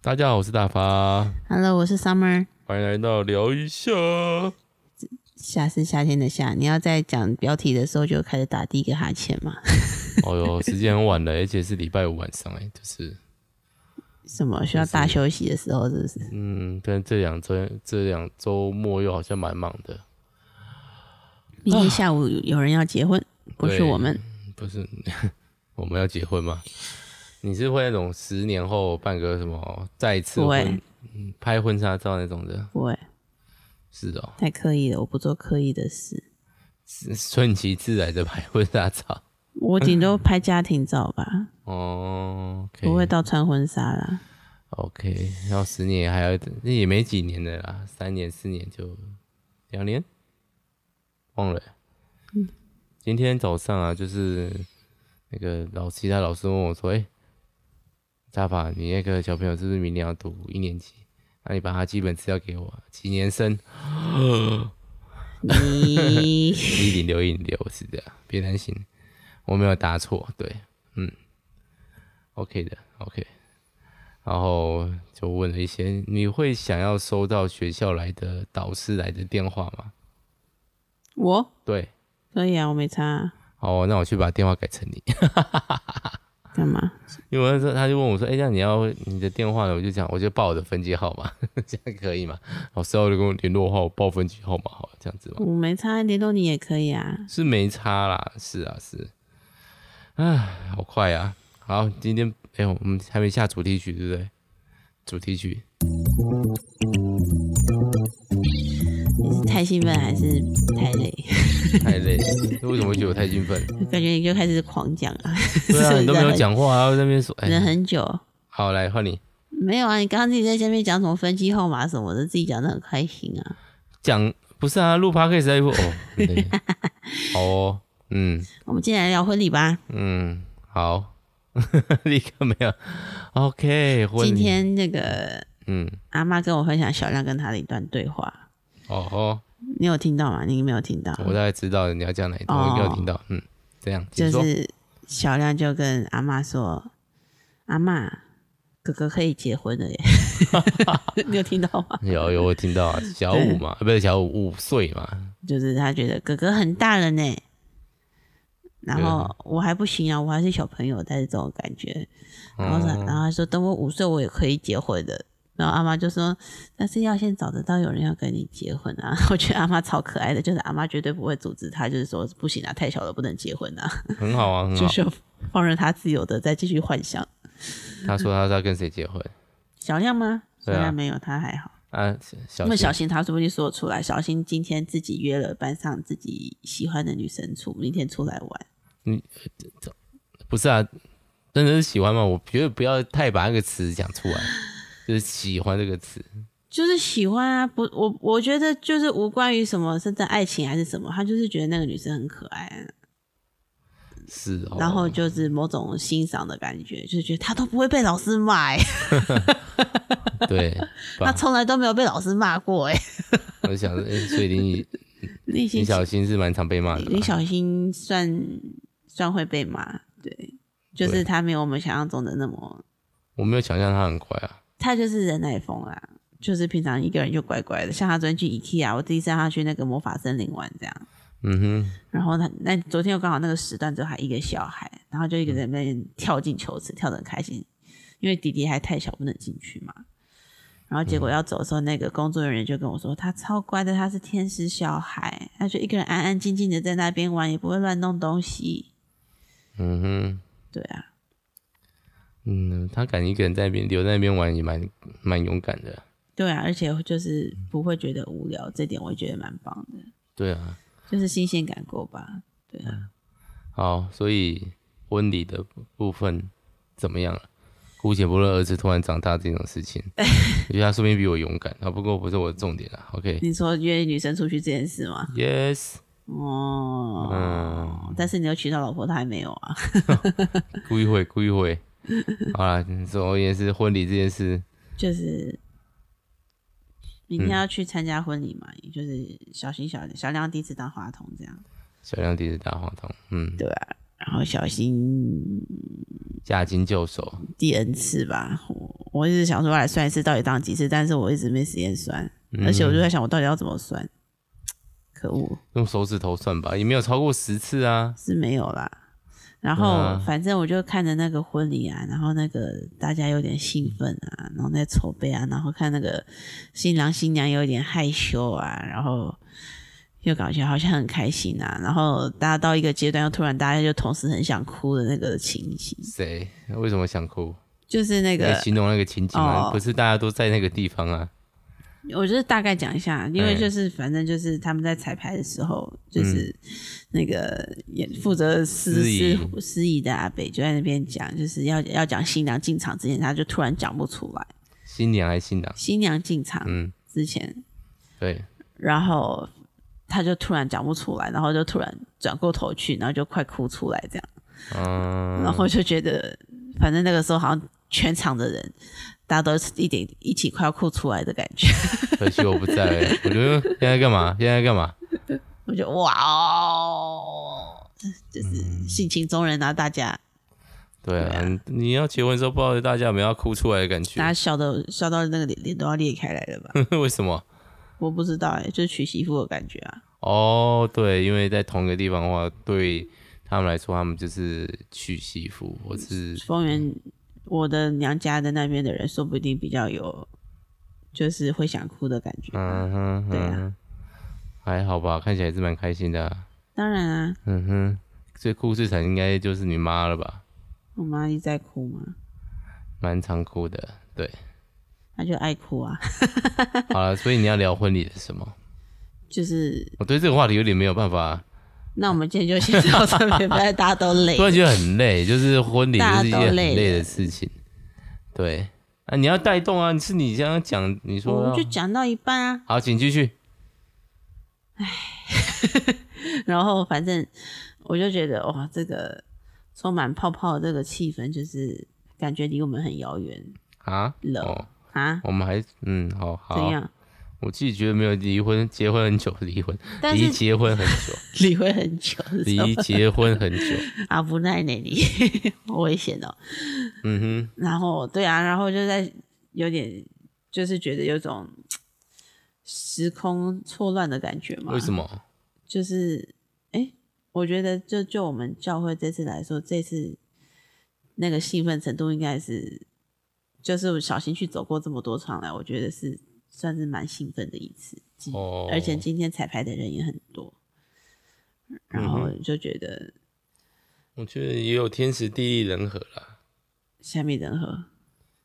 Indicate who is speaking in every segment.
Speaker 1: 大家好，我是大发，
Speaker 2: Hello，我是 Summer，
Speaker 1: 欢迎来到聊一下。哦
Speaker 2: 夏是夏天的夏。你要在讲标题的时候就开始打第一个哈欠嘛？
Speaker 1: 哦哟，时间很晚了，而且是礼拜五晚上，哎，就是，
Speaker 2: 什么需要大休息的时候是不是？
Speaker 1: 嗯，但这两周这两周末又好像蛮忙的，
Speaker 2: 明天下午有人要结婚，不是
Speaker 1: 对
Speaker 2: 我们。
Speaker 1: 不是？ 我们要结婚吗？你是会那种十年后办个什么再次
Speaker 2: 不会
Speaker 1: 婚，嗯拍婚纱照那种的？
Speaker 2: 不会，
Speaker 1: 是哦，
Speaker 2: 太刻意了，我不做刻意的事，
Speaker 1: 是顺其自然的拍婚纱照。
Speaker 2: 我顶多拍家庭照吧，
Speaker 1: 哦，OK，
Speaker 2: 不会到穿婚纱 啦。
Speaker 1: OK，要十年还要那也没几年了啦，三年四年就两年，忘了。今天早上啊，就是那个老其他老师问我说：“哎、大法，你那个小朋友是不是明年要读一年级？那、你把他基本资料给我啊，几年生？
Speaker 2: 你
Speaker 1: 一零六一零六是的，别担心，我没有答错，对，嗯，OK 的，OK。然后就问了一些，你会想要收到学校来的导师来的电话吗？
Speaker 2: 我
Speaker 1: 对，
Speaker 2: 可以啊，我没差、啊，
Speaker 1: 好，那我去把电话改成你，
Speaker 2: 干嘛？
Speaker 1: 因为那时候他就问我说，哎、那你要你的电话呢？我就讲，我就报我的分机号码， 这样可以吗？哦老师要跟我联络的话，我报分机号码好了，这样子吗？
Speaker 2: 我没差，啊联络你也可以啊。
Speaker 1: 是没差啦，是啊是。唉，好快啊！好，今天哎、我们还没下主题曲，对不对？主题曲
Speaker 2: 你是太兴奋还是太累？
Speaker 1: 太累了， 为什么会觉得我太兴奋？
Speaker 2: 感觉你就开始狂讲啊。
Speaker 1: 对啊，
Speaker 2: 是
Speaker 1: 你都没有讲话，还要在那边说。哎、
Speaker 2: 忍很，忍很久。
Speaker 1: 好，来换你
Speaker 2: 没有啊，你刚刚自己在下面讲什么分机号码什么的，自己讲的很开心啊。
Speaker 1: 讲，不是啊，录 podcast 在哦， 很累好哦，嗯
Speaker 2: 我们今天来聊婚礼吧。
Speaker 1: 嗯，好， 立刻没有，OK，婚礼
Speaker 2: 今天那个
Speaker 1: 嗯，
Speaker 2: 阿妈跟我分享小亮跟他的一段对话，
Speaker 1: 哦哦，
Speaker 2: 你有听到吗？你没有听到？
Speaker 1: 我大概知道你要讲哪一段，我应该
Speaker 2: 哦
Speaker 1: 有听到，嗯，这样，请
Speaker 2: 就
Speaker 1: 说，
Speaker 2: 是小亮就跟阿妈说：“阿妈，哥哥可以结 婚了耶。” 你有听到吗？
Speaker 1: 有有我听到啊，小五嘛，呃不是小五五岁嘛，
Speaker 2: 就是他觉得哥哥很大了呢，然后我还不行啊，我还是小朋友，但是这种感觉。然后他，
Speaker 1: 嗯
Speaker 2: 然后他说等我五岁我也可以结婚的。然后阿妈就说，但是要先找得到有人要跟你结婚啊。 我觉得阿妈超可爱的，就是阿妈绝对不会阻止他，就是说不行啊，太小了不能结婚啊，
Speaker 1: 很好啊，很
Speaker 2: 就
Speaker 1: 好。
Speaker 2: 是放任他自由的再继续幻想。
Speaker 1: 他说他是要跟谁结婚
Speaker 2: 小亮吗？小
Speaker 1: 对啊
Speaker 2: 亮没有，他还好。
Speaker 1: 啊？小
Speaker 2: 那么
Speaker 1: 小
Speaker 2: 小新他说不定说得出来，小新今天自己约了班上自己喜欢的女生出，明天出来玩。
Speaker 1: 不是啊，真的是喜欢吗？我觉得不要太把那个词讲 出来，就是喜欢这个词。
Speaker 2: 就是喜欢啊，不，我我觉得就是无关于什么是在爱情还是什么，他就是觉得那个女生很可爱、啊，
Speaker 1: 是哦，
Speaker 2: 然后就是某种欣赏的感觉，就是觉得他都不会被老师骂、欸，
Speaker 1: 对，
Speaker 2: 他从来都没有被老师骂过、欸，哎，
Speaker 1: 我就想说，诶所以林
Speaker 2: 李
Speaker 1: 林
Speaker 2: 小
Speaker 1: 小啊新是蛮常被骂的吧，
Speaker 2: 李小新算算会被骂，对，就是
Speaker 1: 对
Speaker 2: 他没有我们想象中的那么，
Speaker 1: 我没有想象他很乖啊。
Speaker 2: 他就是人来疯啦，啊就是平常一个人就乖乖的，像他昨天去 IKEA，我第一次让他去那个魔法森林玩这样。
Speaker 1: 嗯哼，
Speaker 2: 然后他那昨天又刚好那个时段只有他一个小孩，然后就一个人在那边跳进球池，跳得很开心，因为弟弟还太小不能进去嘛。然后结果要走的时候，那个工作人员就跟我说，他超乖的，他是天使小孩，他就一个人安安静静的在那边玩，也不会乱弄东西。
Speaker 1: 嗯哼，
Speaker 2: 对啊，
Speaker 1: 嗯，他敢一个人在那边留在那边玩，也蛮蛮勇敢的。
Speaker 2: 对啊，而且就是不会觉得无聊，这点我觉得蛮棒的，
Speaker 1: 对啊，
Speaker 2: 就是新鲜感够吧。对啊，
Speaker 1: 好，所以婚礼的部分怎么样了？姑且不论儿子突然长大这种事 情，我觉得他说不定比我勇敢啊。不过不是我的重点 啦。
Speaker 2: 你说约女生出去这件事吗？
Speaker 1: OK，Yes，、
Speaker 2: 哦，
Speaker 1: 嗯
Speaker 2: 但是你有娶到老婆，他还没有啊。
Speaker 1: 故意会，故意会。嗯好啦，总而言之，婚礼这件事，
Speaker 2: 就是明天要去参加婚礼嘛，也就是小新小小亮第一次当花童这样，
Speaker 1: 小亮弟是大话筒，嗯，
Speaker 2: 对啊。然后小新
Speaker 1: 驾轻就熟，
Speaker 2: 第 N 次吧，我我一直想说来算一次到底当几次，但是我一直没时间算，而且我就在想我到底要怎么算，可恶
Speaker 1: 用手指头算吧，也没有超过十次啊。
Speaker 2: 是没有啦。然后反正我就看着那个婚礼啊，然后那个大家有点兴奋啊，然后在筹备啊，然后看那个新郎新娘有点害羞啊，然后又搞起来好像很开心啊，然后大家到一个阶段，又突然大家就同时很想哭的那个情形，
Speaker 1: 谁为什么想哭？
Speaker 2: 就是那
Speaker 1: 来
Speaker 2: 个
Speaker 1: 形容那个情景啊，
Speaker 2: 哦
Speaker 1: 不是大家都在那个地方啊。
Speaker 2: 我就是大概讲一下，因
Speaker 1: 哎
Speaker 2: 为就是反正就是他们在彩排的时候，就是那个也负责司
Speaker 1: 嗯司仪
Speaker 2: 司司仪的阿北就在那边讲，就是要要讲新娘进场之前，他就突然讲不出来
Speaker 1: 新娘还是新郎？
Speaker 2: 新娘进场
Speaker 1: 嗯，
Speaker 2: 之前，
Speaker 1: 对，
Speaker 2: 然后他就突然讲不出来，然后就突然转过头去，然后就快哭出来这样，
Speaker 1: 嗯，
Speaker 2: 然后就觉得反正那个时候好像全场的人大家都一点一起快要哭出来的感觉，
Speaker 1: 可惜我不在欸、我觉得现在干嘛？现在干嘛？
Speaker 2: 我就哇哦，
Speaker 1: 嗯
Speaker 2: 就是性情中人啊，大家
Speaker 1: 对啊，你要结婚的时候，不知道大家有没有要哭出来的感
Speaker 2: 大
Speaker 1: 觉？
Speaker 2: 家笑的笑到那个脸脸都要裂开来了吧？
Speaker 1: 为什么？
Speaker 2: 我不知道哎、就是娶媳妇的感觉啊。
Speaker 1: 哦，对，因为在同一个地方的话，对他们来说，他们就是娶媳妇，我是
Speaker 2: 丰原，我的娘家的那边的人，说不定比较有，就是会想哭的感觉。
Speaker 1: 嗯哼，
Speaker 2: 对
Speaker 1: 嗯
Speaker 2: 啊
Speaker 1: 哼，还好吧，看起来也是蛮开心的啊、
Speaker 2: 当然啊，
Speaker 1: 嗯哼，最哭最惨应该就是你妈了吧，
Speaker 2: 我妈一直在哭嘛，
Speaker 1: 蛮常哭的。对，
Speaker 2: 她就爱哭啊，
Speaker 1: 好了，所以你要聊婚礼的什么？
Speaker 2: 就是。
Speaker 1: 我对这个话题有点没有办法，
Speaker 2: 那我们今天就先 到这边，反正大家都累
Speaker 1: 突。然觉得很累，就是婚礼就是一件
Speaker 2: 大家
Speaker 1: 很
Speaker 2: 都累了
Speaker 1: 累的事情。对，啊，你要带动啊，是你这样讲，你
Speaker 2: 我
Speaker 1: 说
Speaker 2: 们
Speaker 1: 要
Speaker 2: 就讲到一半啊，
Speaker 1: 好，请继续。
Speaker 2: 然后反正我就觉得哇，这个充满泡泡的这个气氛，就是感觉离我们很遥远
Speaker 1: 啊？
Speaker 2: 了
Speaker 1: 哦，
Speaker 2: 啊。
Speaker 1: 我们还嗯，好好。
Speaker 2: 怎样？
Speaker 1: 我自己觉得没有离婚，结婚很久，离婚
Speaker 2: 但
Speaker 1: 离
Speaker 2: 是
Speaker 1: 结婚很久，
Speaker 2: 离婚很久是 什
Speaker 1: 离
Speaker 2: 么，
Speaker 1: 结婚很久。
Speaker 2: 啊不耐呢你，好危险哦。
Speaker 1: 嗯
Speaker 2: 然后对啊，然后就在有点就是觉得有种时空错乱的感觉嘛。
Speaker 1: 哼，为什？么？
Speaker 2: 就是哎、诶我觉得就就我们教会这次来说，这次那个兴奋程度应该是，就是我小新去走过这么多场来，我觉得是算是蛮兴奋的一次，今
Speaker 1: 哦，
Speaker 2: 而且今天彩排的人也很多，然
Speaker 1: 嗯
Speaker 2: 后就觉得
Speaker 1: 我觉得也有天时地利人和啦，
Speaker 2: 下面人和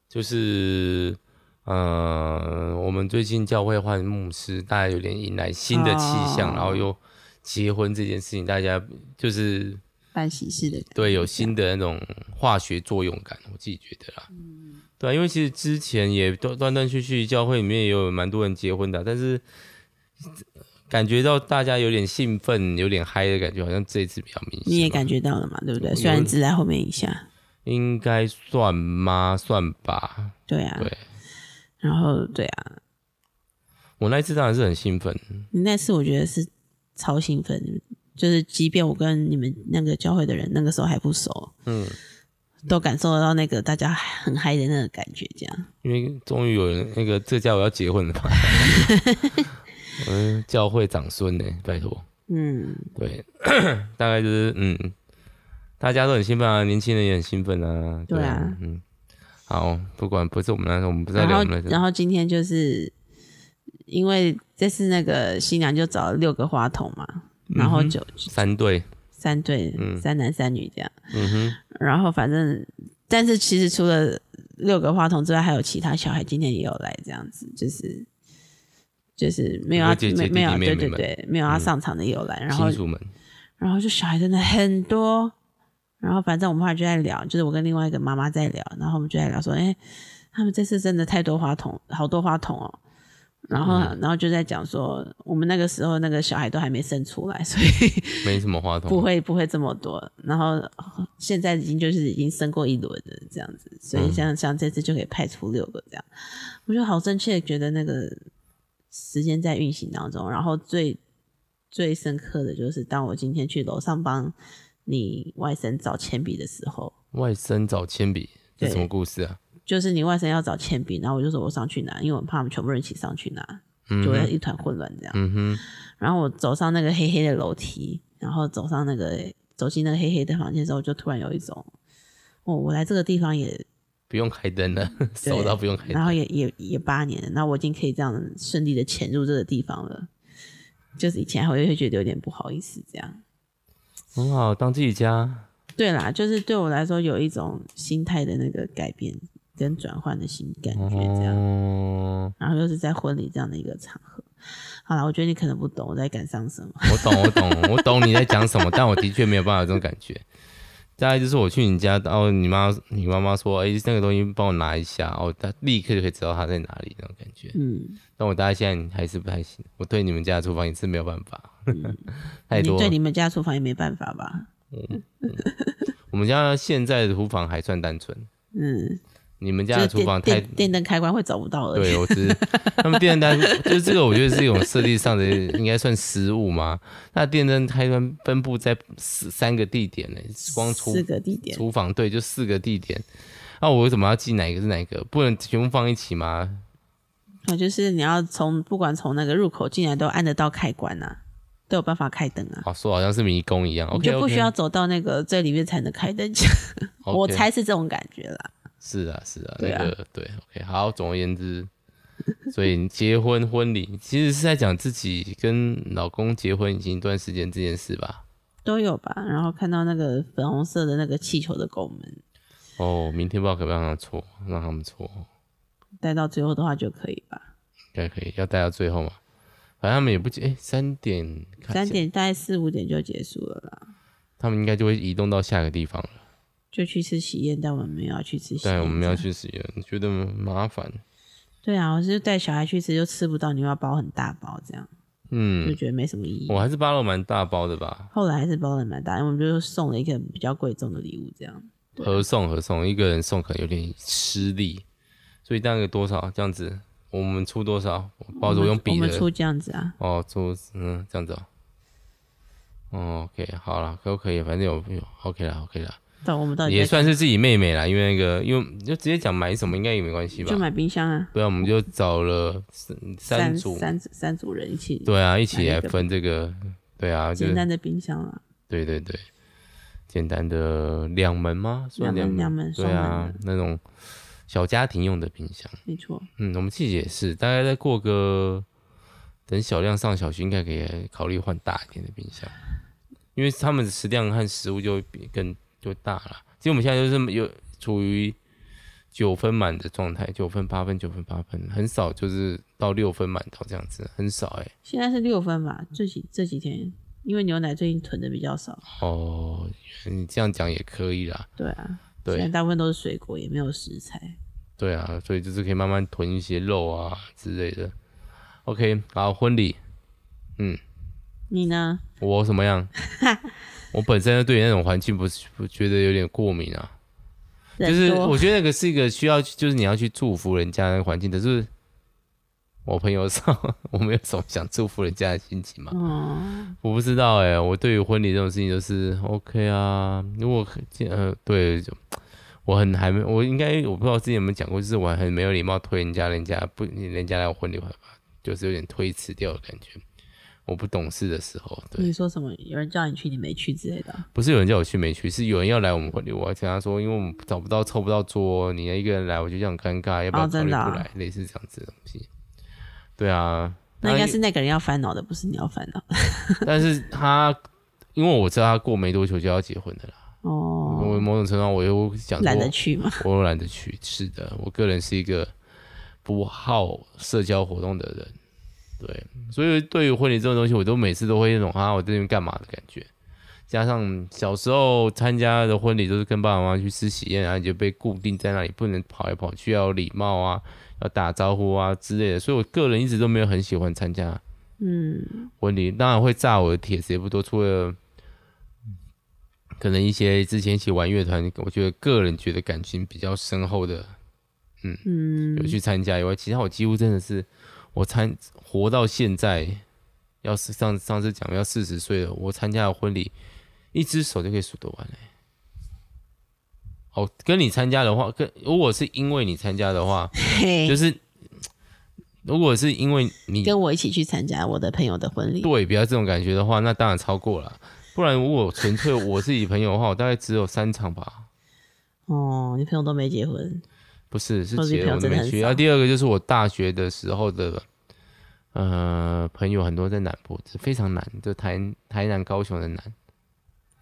Speaker 1: 就是。呃，我们最近教会换牧师，大家有点迎来新的气象，
Speaker 2: 哦
Speaker 1: 然后又结婚这件事情，大家就是
Speaker 2: 办喜事的感觉，
Speaker 1: 对，有新的那种化学作用感，我自己觉得啦。
Speaker 2: 嗯
Speaker 1: 对啊，因为其实之前也断断断续续，教会里面也有蛮多人结婚的啊，但是感觉到大家有点兴奋、有点嗨的感觉，好像这一次比较明显吧。
Speaker 2: 你也感觉到了嘛，对不对？
Speaker 1: 有
Speaker 2: 虽然只在后面一下，
Speaker 1: 应该算吗？算吧。
Speaker 2: 对啊，
Speaker 1: 对
Speaker 2: 然后对啊，
Speaker 1: 我那一次当然是很兴奋，
Speaker 2: 你那次我觉得是超兴奋，就是即便我跟你们那个教会的人那个时候还不熟，
Speaker 1: 嗯，
Speaker 2: 都感受得到那个大家很嗨的那个感觉，这样
Speaker 1: 因为终于有人那个这家我要结婚了吧？ 嗯，教会长孙呢、拜托。
Speaker 2: 嗯，
Speaker 1: 对，大概就是嗯，大家都很兴奋啊，年轻人也很兴奋啊。
Speaker 2: 对啊
Speaker 1: 嗯，好，不管不是我们那时候，我们不是在
Speaker 2: 然
Speaker 1: 聊
Speaker 2: 后
Speaker 1: 我们那时
Speaker 2: 然
Speaker 1: 候，
Speaker 2: 后今天就是因为这次那个新娘就找了六个花童嘛，然
Speaker 1: 嗯
Speaker 2: 后就
Speaker 1: 三对，
Speaker 2: 三对、三男三女这样，
Speaker 1: 嗯哼，
Speaker 2: 然后反正，但是其实除了六个话筒之外，还有其他小孩今天也有来，这样子就是就是没有要
Speaker 1: 很多姐姐
Speaker 2: 没没有
Speaker 1: 弟弟妹妹嗯
Speaker 2: 对对
Speaker 1: 们
Speaker 2: 对没有要上场的也有来，然后
Speaker 1: 亲属们，
Speaker 2: 然后就小孩真的很多，然后反正我们后来就在聊，就是我跟另外一个妈妈在聊，然后我们就在聊说，哎、他们这次真的太多话筒，好多话筒哦。然后，
Speaker 1: 嗯
Speaker 2: 然后就在讲说，我们那个时候那个小孩都还没生出来，所以
Speaker 1: 没什么话筒，
Speaker 2: 不会不会这么多。然后呃现在已经就是已经生过一轮了这样子，所
Speaker 1: 嗯
Speaker 2: 以像像这次就可以派出六个这样，我就好真切地觉得那个时间在运行当中。然后最最深刻的就是，当我今天去楼上帮你外甥找铅笔的时候，
Speaker 1: 外甥找铅笔，这
Speaker 2: 对
Speaker 1: 什么故事啊？
Speaker 2: 就是你外甥要找铅笔，然后我就说我上去拿，因为我很怕我们全部人一起上去拿，
Speaker 1: 嗯
Speaker 2: 就会
Speaker 1: 哼
Speaker 2: 一团混乱这样。
Speaker 1: 嗯哼，
Speaker 2: 然后我走上那个黑黑的楼梯，然后走上那个走进那个黑黑的房间的时候，我就突然有一种，哦，我来这个地方也，
Speaker 1: 不用开灯了， 手到不用开
Speaker 2: 然
Speaker 1: 灯，
Speaker 2: 后也也也八年了，那我已经可以这样顺利的潜入这个地方了。就是以前还会会觉得有点不好意思这样。
Speaker 1: 很好，当自己家。
Speaker 2: 对啦，就是对我来说有一种心态的那个改变跟转换的新感觉这样。
Speaker 1: 哦，
Speaker 2: 然后又是在婚礼这样的一个场合。好了，我觉得你可能不懂我在感伤什么。
Speaker 1: 我懂，我懂，我懂你在讲什么，但我的确没有办法有这种感觉。大概就是我去你家，然后你妈、你妈妈说：“哎、那个东西帮我拿一下。”哦，她立刻就可以知道它在哪里那种感觉。
Speaker 2: 嗯，
Speaker 1: 但我大概现在还是不太行，我对你们家的厨房也是没有办法，太
Speaker 2: 你
Speaker 1: 多
Speaker 2: 对
Speaker 1: 了。
Speaker 2: 嗯你们家厨房也没办法吧？
Speaker 1: 我们家现在的厨房还算单纯，
Speaker 2: 嗯，
Speaker 1: 你们
Speaker 2: 就
Speaker 1: 家
Speaker 2: 是
Speaker 1: 的厨
Speaker 2: 电
Speaker 1: 房太
Speaker 2: 电电灯开关会找不到而已。
Speaker 1: 对，我只 是他们电灯单，就是这个，我觉得是一种设计上的，应该算失误嘛。那电灯开关分布在四三个地点呢、光厨
Speaker 2: 四个地点，
Speaker 1: 厨房对，就四个地点。那、我为什么要记哪个是哪个？不能全部放一起吗？
Speaker 2: 啊，就是你要从不管从那个入口进来都按得到开关呐、都有办法开灯啊。
Speaker 1: 哦，说好像是迷宫一样
Speaker 2: 你
Speaker 1: ，OK，
Speaker 2: 就不需要走到那个最里面才能开灯，我猜是这种感觉啦。
Speaker 1: 是啊，是啊，
Speaker 2: 对啊
Speaker 1: 那个对，OK，好，总而言之，所以结婚婚礼其实是在讲自己跟老公结婚已经一段时间这件事吧。
Speaker 2: 都有吧，然后看到那个粉红色的那个气球的拱门，
Speaker 1: 哦，明天不知道可不可以让他搓，让他们搓，
Speaker 2: 带到最后的话就可以吧。
Speaker 1: 应该可以，要带到最后嘛。反正他们也不急，哎、三点开
Speaker 2: 三，点大概四五点就结束了啦。
Speaker 1: 他们应该就会移动到下个地方了。
Speaker 2: 就去吃喜宴，但我们没有要去吃喜宴。
Speaker 1: 对，我们要去实验，觉得麻烦。
Speaker 2: 对啊，我是带小孩去吃，就吃不到牛要包很大包，这样就
Speaker 1: 嗯，
Speaker 2: 觉得没什么意义。
Speaker 1: 我还是扒了蛮大包的吧，
Speaker 2: 后来还是包的蛮大，因为我们就送了一个比较贵重的礼物，这样
Speaker 1: 合送合送，一个人送可能有点吃力，所以那个多少这样子，我们出多少，我包着我用
Speaker 2: 我
Speaker 1: 笔
Speaker 2: 们
Speaker 1: 的
Speaker 2: 出这样子啊，
Speaker 1: 哦，出嗯这样子哦。哦，OK，好了，都可以，反正有有 OK 啦 o k 啦，
Speaker 2: 到我们到底
Speaker 1: 也
Speaker 2: 在
Speaker 1: 算是自己妹妹啦，因为那个，因为就直接讲买什么应该也没关系吧
Speaker 2: 就？买冰箱啊，
Speaker 1: 对啊，我们就找了三
Speaker 2: 三
Speaker 1: 组，
Speaker 2: 三三组人一起，
Speaker 1: 对啊，一起
Speaker 2: 买一
Speaker 1: 来
Speaker 2: 个
Speaker 1: 分这个，对啊，就
Speaker 2: 简单的冰箱啊，
Speaker 1: 对对对，简单的两门吗？算
Speaker 2: 两门两门
Speaker 1: 对
Speaker 2: 双门
Speaker 1: 啊
Speaker 2: 的，
Speaker 1: 那种小家庭用的冰箱。
Speaker 2: 没错，
Speaker 1: 嗯，我们自己也是，大概再过个等小亮上小学，应该可以考虑换大一点的冰箱，因为他们的食量和食物就会比更就大了。其实我们现在就是有处于九分满的状态，九分八分，九分八分，很少就是到六分满到这样子，很少哎、
Speaker 2: 现在是六分吧，这几这几天因为牛奶最近囤的比较少，
Speaker 1: 哦，你这样讲也可以啦，
Speaker 2: 对啊，
Speaker 1: 对
Speaker 2: 现在大部分都是水果，也没有食材，
Speaker 1: 对啊，所以就是可以慢慢囤一些肉啊之类的。OK，好，婚礼
Speaker 2: 你呢？
Speaker 1: 我怎么 样？我本身就对那种环境不是不觉得有点过敏啊，就
Speaker 2: 人
Speaker 1: 是
Speaker 2: 多
Speaker 1: 我觉得那个是一个需要，就是你要去祝福人家的环境，可是我朋友少， 我没有什么想祝福人家的心情嘛。
Speaker 2: 哦，
Speaker 1: 我不知道哎、我对于婚礼这种事情就是 OK 啊。如果可呃对，就我很还没，我应该我不知道之前有没有讲过，就是我很没有礼貌推人家，人家不人家来我婚礼吧，就是有点推迟掉的感觉。我不懂事的时候，对，
Speaker 2: 你说什么？有人叫你去，你没去之类的。
Speaker 1: 不是有人叫我去没去，是有人要来我们婚礼，我还跟他说，因为我们找不到凑不到桌，你一个人来我就这样很尴尬，要不要
Speaker 2: 哦
Speaker 1: 考虑
Speaker 2: 真
Speaker 1: 不
Speaker 2: 的啊
Speaker 1: 来，类似这样子的东西。对啊，
Speaker 2: 那应该是那个人要烦恼的，不是你要烦恼。
Speaker 1: 但是他因为我知道他过没多久就要结婚的啦。
Speaker 2: 哦，
Speaker 1: 我某种程度上我又想
Speaker 2: 懒得
Speaker 1: 说，
Speaker 2: 去嘛。
Speaker 1: 我又懒得去。是的，我个人是一个不好社交活动的人，对，所以对于婚礼这种东西，我都每次都会那种啊，我这边干嘛的感觉。加上小时候参加的婚礼都是跟爸爸妈妈去吃喜宴，然后你就被固定在那里，不能跑来跑去，要有礼貌啊，要打招呼啊之类的。所以我个人一直都没有很喜欢参加
Speaker 2: 嗯，
Speaker 1: 婚礼当然会炸我的帖子也不多，除了可能一些之前一起玩乐团，我觉得个人觉得感情比较深厚的，嗯有去参加以外，其他我几乎真的是我参活到现在，要是上上次讲要四十岁了，我参加的婚礼，一只手就可以数得完嘞、欸哦，跟你参加的话，跟如果是因为你参加的话，
Speaker 2: 嘿
Speaker 1: 就是如果是因为你
Speaker 2: 跟我一起去参加我的朋友的婚礼。
Speaker 1: 嗯对比较这种感觉的话，那当然超过了。不然如果纯粹我自己朋友的话，我大概只有三场吧，
Speaker 2: 哦，你朋友都没结婚，
Speaker 1: 不是是
Speaker 2: 哦你
Speaker 1: 结
Speaker 2: 朋友
Speaker 1: 我都
Speaker 2: 真的
Speaker 1: 没
Speaker 2: 很
Speaker 1: 去。
Speaker 2: 少
Speaker 1: 然后第二个就是我大学的时候的呃朋友很多在南部，非常难，就台台南、高雄的南，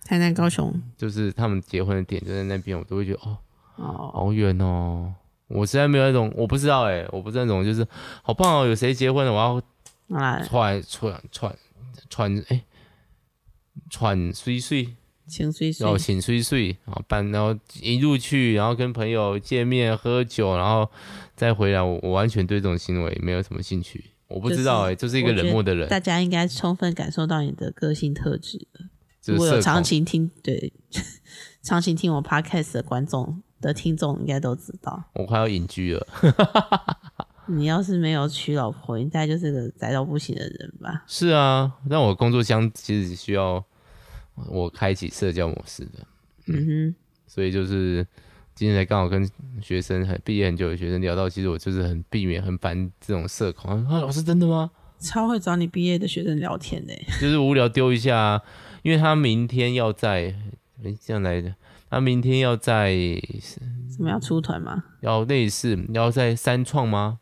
Speaker 2: 台南、高雄。
Speaker 1: 就是他们结婚的点就在那边，我都会觉得哦。
Speaker 2: 哦，
Speaker 1: 好远哦！我实在没有那种，我不知道哎、我不是那种就是好棒哦，有谁结婚了，我要
Speaker 2: 好啦，
Speaker 1: 喘喘喘喘哎，喘碎碎，
Speaker 2: 请睡睡
Speaker 1: 然。后请碎碎，然后办，哦然后一路去，然后跟朋友见面喝酒，然后再回来。我我完全对这种行为没有什么兴趣，我不知道哎、就是一个冷漠的人，
Speaker 2: 大家应该充分感受到你的个性特质。
Speaker 1: 就
Speaker 2: 如果
Speaker 1: 是
Speaker 2: 有
Speaker 1: 社恐
Speaker 2: 长。期听对 长期听我 podcast 的观众的听众，应该都知道，
Speaker 1: 我快要隐居了，
Speaker 2: 你要是没有娶老婆，你大概就是个宅到不行的人吧？
Speaker 1: 是啊，但我工作箱其实需要我开启社交模式的。
Speaker 2: 嗯
Speaker 1: 所以就是今天才刚好跟学生很毕业很久的学生聊到，其实我就是很避免很烦这种社恐啊。老师真的吗？
Speaker 2: 哼，超会找你毕业的学生聊天的、
Speaker 1: 就是无聊丢一下、啊，因为他明天要在，诶这样来的，他明天要在
Speaker 2: 什么要出团吗？
Speaker 1: 要类似要在三创吗？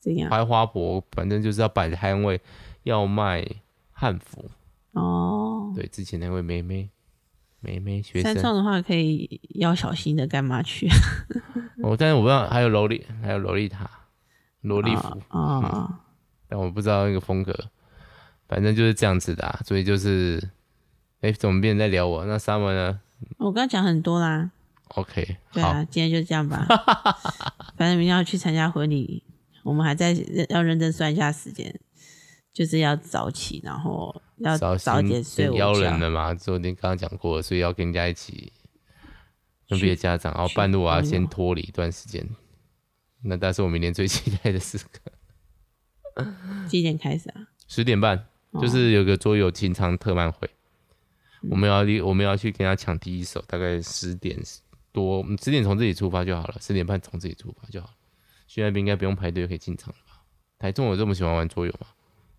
Speaker 2: 这样
Speaker 1: 拍花博，反正就是要摆摊位，要卖汉服。
Speaker 2: 哦。
Speaker 1: 对，之前那位梅梅。梅梅学
Speaker 2: 三
Speaker 1: 生，
Speaker 2: 创的话，可以要小心的干嘛去？
Speaker 1: 哦，但是我不知道还有萝莉，还有萝莉塔、萝莉服，嗯
Speaker 2: 啊、哦
Speaker 1: 但我不知道那个风格，反正就是这样子的、啊，所以就是，哎、怎么变成在聊我？那 Summer 呢
Speaker 2: 我刚刚讲很多啦，
Speaker 1: ？OK，
Speaker 2: 对
Speaker 1: 好，
Speaker 2: 啊，今天就这样吧。 反正明天要去参加婚礼，我们还在要认真算一下时间，就是要早起，然后要
Speaker 1: 小
Speaker 2: 早一
Speaker 1: 心
Speaker 2: 点睡午
Speaker 1: 邀人
Speaker 2: 觉。
Speaker 1: 了嘛，昨天刚刚讲过了，所以要跟人家一起，跟
Speaker 2: 去
Speaker 1: 别的家长，然后
Speaker 2: 去
Speaker 1: 半路啊
Speaker 2: 朋友
Speaker 1: 先脱离一段时间。那但是我明天最期待的是
Speaker 2: 几点开始啊？
Speaker 1: 十点半，
Speaker 2: 哦
Speaker 1: 就是有个桌游清仓特卖会，我们要离我们要去跟他抢第一手，大概十点多，嗯十点从这里出发就好了，十点半从这里出发就好了。去那边应该不用排队可以进场了吧？台中有这么喜欢玩桌游吗？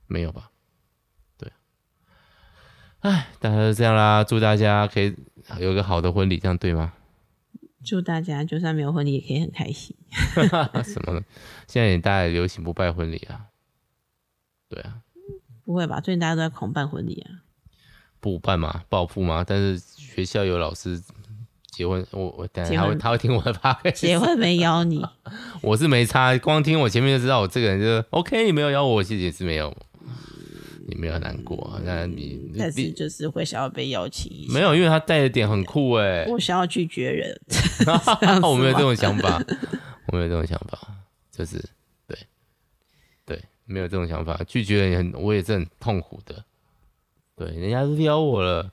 Speaker 1: 没有吧？对，哎，大家就这样啦，祝大家可以有个好的婚礼，这样对吗？
Speaker 2: 祝大家就算没有婚礼也可以很开心。
Speaker 1: 什么的，现在也大家也流行不办婚礼啊，对啊，
Speaker 2: 不会吧？最近大家都在狂办婚礼啊！
Speaker 1: 补办嘛，报复嘛，但是学校有老师结婚，我我等下
Speaker 2: 结
Speaker 1: 他
Speaker 2: 婚
Speaker 1: 会他会听我的 p o
Speaker 2: 结婚没邀你，
Speaker 1: 我是没差，光听我前面就知道我这个人就是 OK，你没有邀我，其实也是没有，你没有难过啊，那 你
Speaker 2: 但是
Speaker 1: 你
Speaker 2: 就是会想要被邀请一下。
Speaker 1: 没有，因为他带的点很酷哎、
Speaker 2: 我想要拒绝人。
Speaker 1: 欸， 我没有
Speaker 2: 吗
Speaker 1: 这种想法，我没有这种想法，就是对对，没有这种想法，拒绝人也很，我也是很痛苦的，对，人家都邀我了。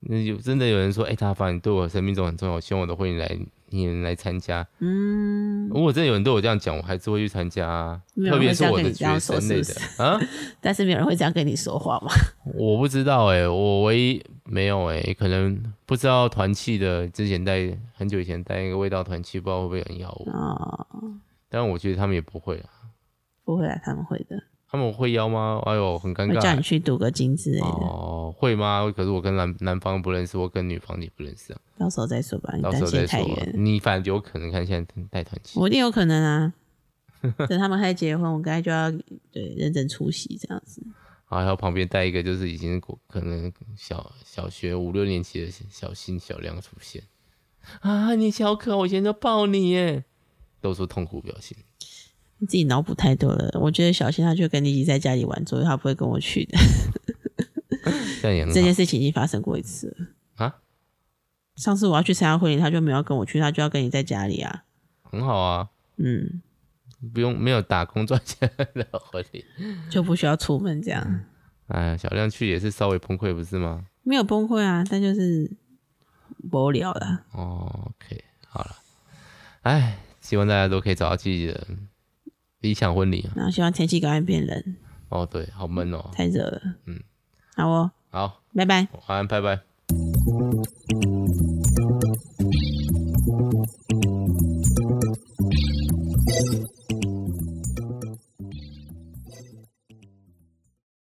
Speaker 1: 那有真的有人说，哎、大凡你对我生命中很重要，我希望我的婚礼来你也能来参加。
Speaker 2: 嗯，
Speaker 1: 如果真的有人对我这样讲，我还是会去参加、啊，
Speaker 2: 没有
Speaker 1: 特别
Speaker 2: 人会
Speaker 1: 是
Speaker 2: 这样
Speaker 1: 我
Speaker 2: 跟
Speaker 1: 的
Speaker 2: 你这
Speaker 1: 学
Speaker 2: 样说
Speaker 1: 生类
Speaker 2: 是
Speaker 1: 的
Speaker 2: 不
Speaker 1: 啊，
Speaker 2: 但是没有人会这样跟你说话嘛？
Speaker 1: 我不知道哎、我唯一没有哎、可能不知道团契的，之前带很久以前带一个味道团契，不知道会不会有人要我，
Speaker 2: 啊、
Speaker 1: 但我觉得他们也不会啊，
Speaker 2: 不会啊，他们会的，
Speaker 1: 他们会邀吗？哎呦，很尴
Speaker 2: 会叫
Speaker 1: 尬
Speaker 2: 你。去读个经之类的。
Speaker 1: 哦，会吗？可是我跟男男方不认识，我跟女方也不认识啊。
Speaker 2: 到时候再说吧，你
Speaker 1: 到
Speaker 2: 嗯担
Speaker 1: 时候
Speaker 2: 心
Speaker 1: 再
Speaker 2: 太
Speaker 1: 说吧。
Speaker 2: 远。
Speaker 1: 你反正有可能看现在带团契，
Speaker 2: 我一定有可能啊，等他们开始结婚，我该就要对认真出席这样子。
Speaker 1: 然后旁边带一个就是已经国可能小小学五六年级的小新小亮出现啊，你小可，我以前都抱你耶，露出痛苦表情。
Speaker 2: 你自己脑补太多了，我觉得小新他就跟你一起在家里玩桌游，他不会跟我去
Speaker 1: 嗯
Speaker 2: 的。
Speaker 1: 这样也很
Speaker 2: 这
Speaker 1: 好
Speaker 2: 件事情已经发生过一次了。
Speaker 1: 啊，
Speaker 2: 上次我要去参加婚礼，他就没有跟我去，他就要跟你在家里啊。
Speaker 1: 很好啊，
Speaker 2: 嗯，
Speaker 1: 不用没有打工赚钱的婚礼。
Speaker 2: 就不需要出门这样，
Speaker 1: 哎呀，小亮去也是稍微崩溃，不是吗？
Speaker 2: 没有崩溃啊，但就是无聊啦。
Speaker 1: 哦，OK，好了，哎，希望大家都可以找到自己的理想婚礼啊。
Speaker 2: 然后希望天气赶快变冷，
Speaker 1: 哦，对，好闷哦。
Speaker 2: 太热了。
Speaker 1: 嗯，
Speaker 2: 好哦，
Speaker 1: 好，
Speaker 2: 拜拜。
Speaker 1: 晚安，拜拜。拜。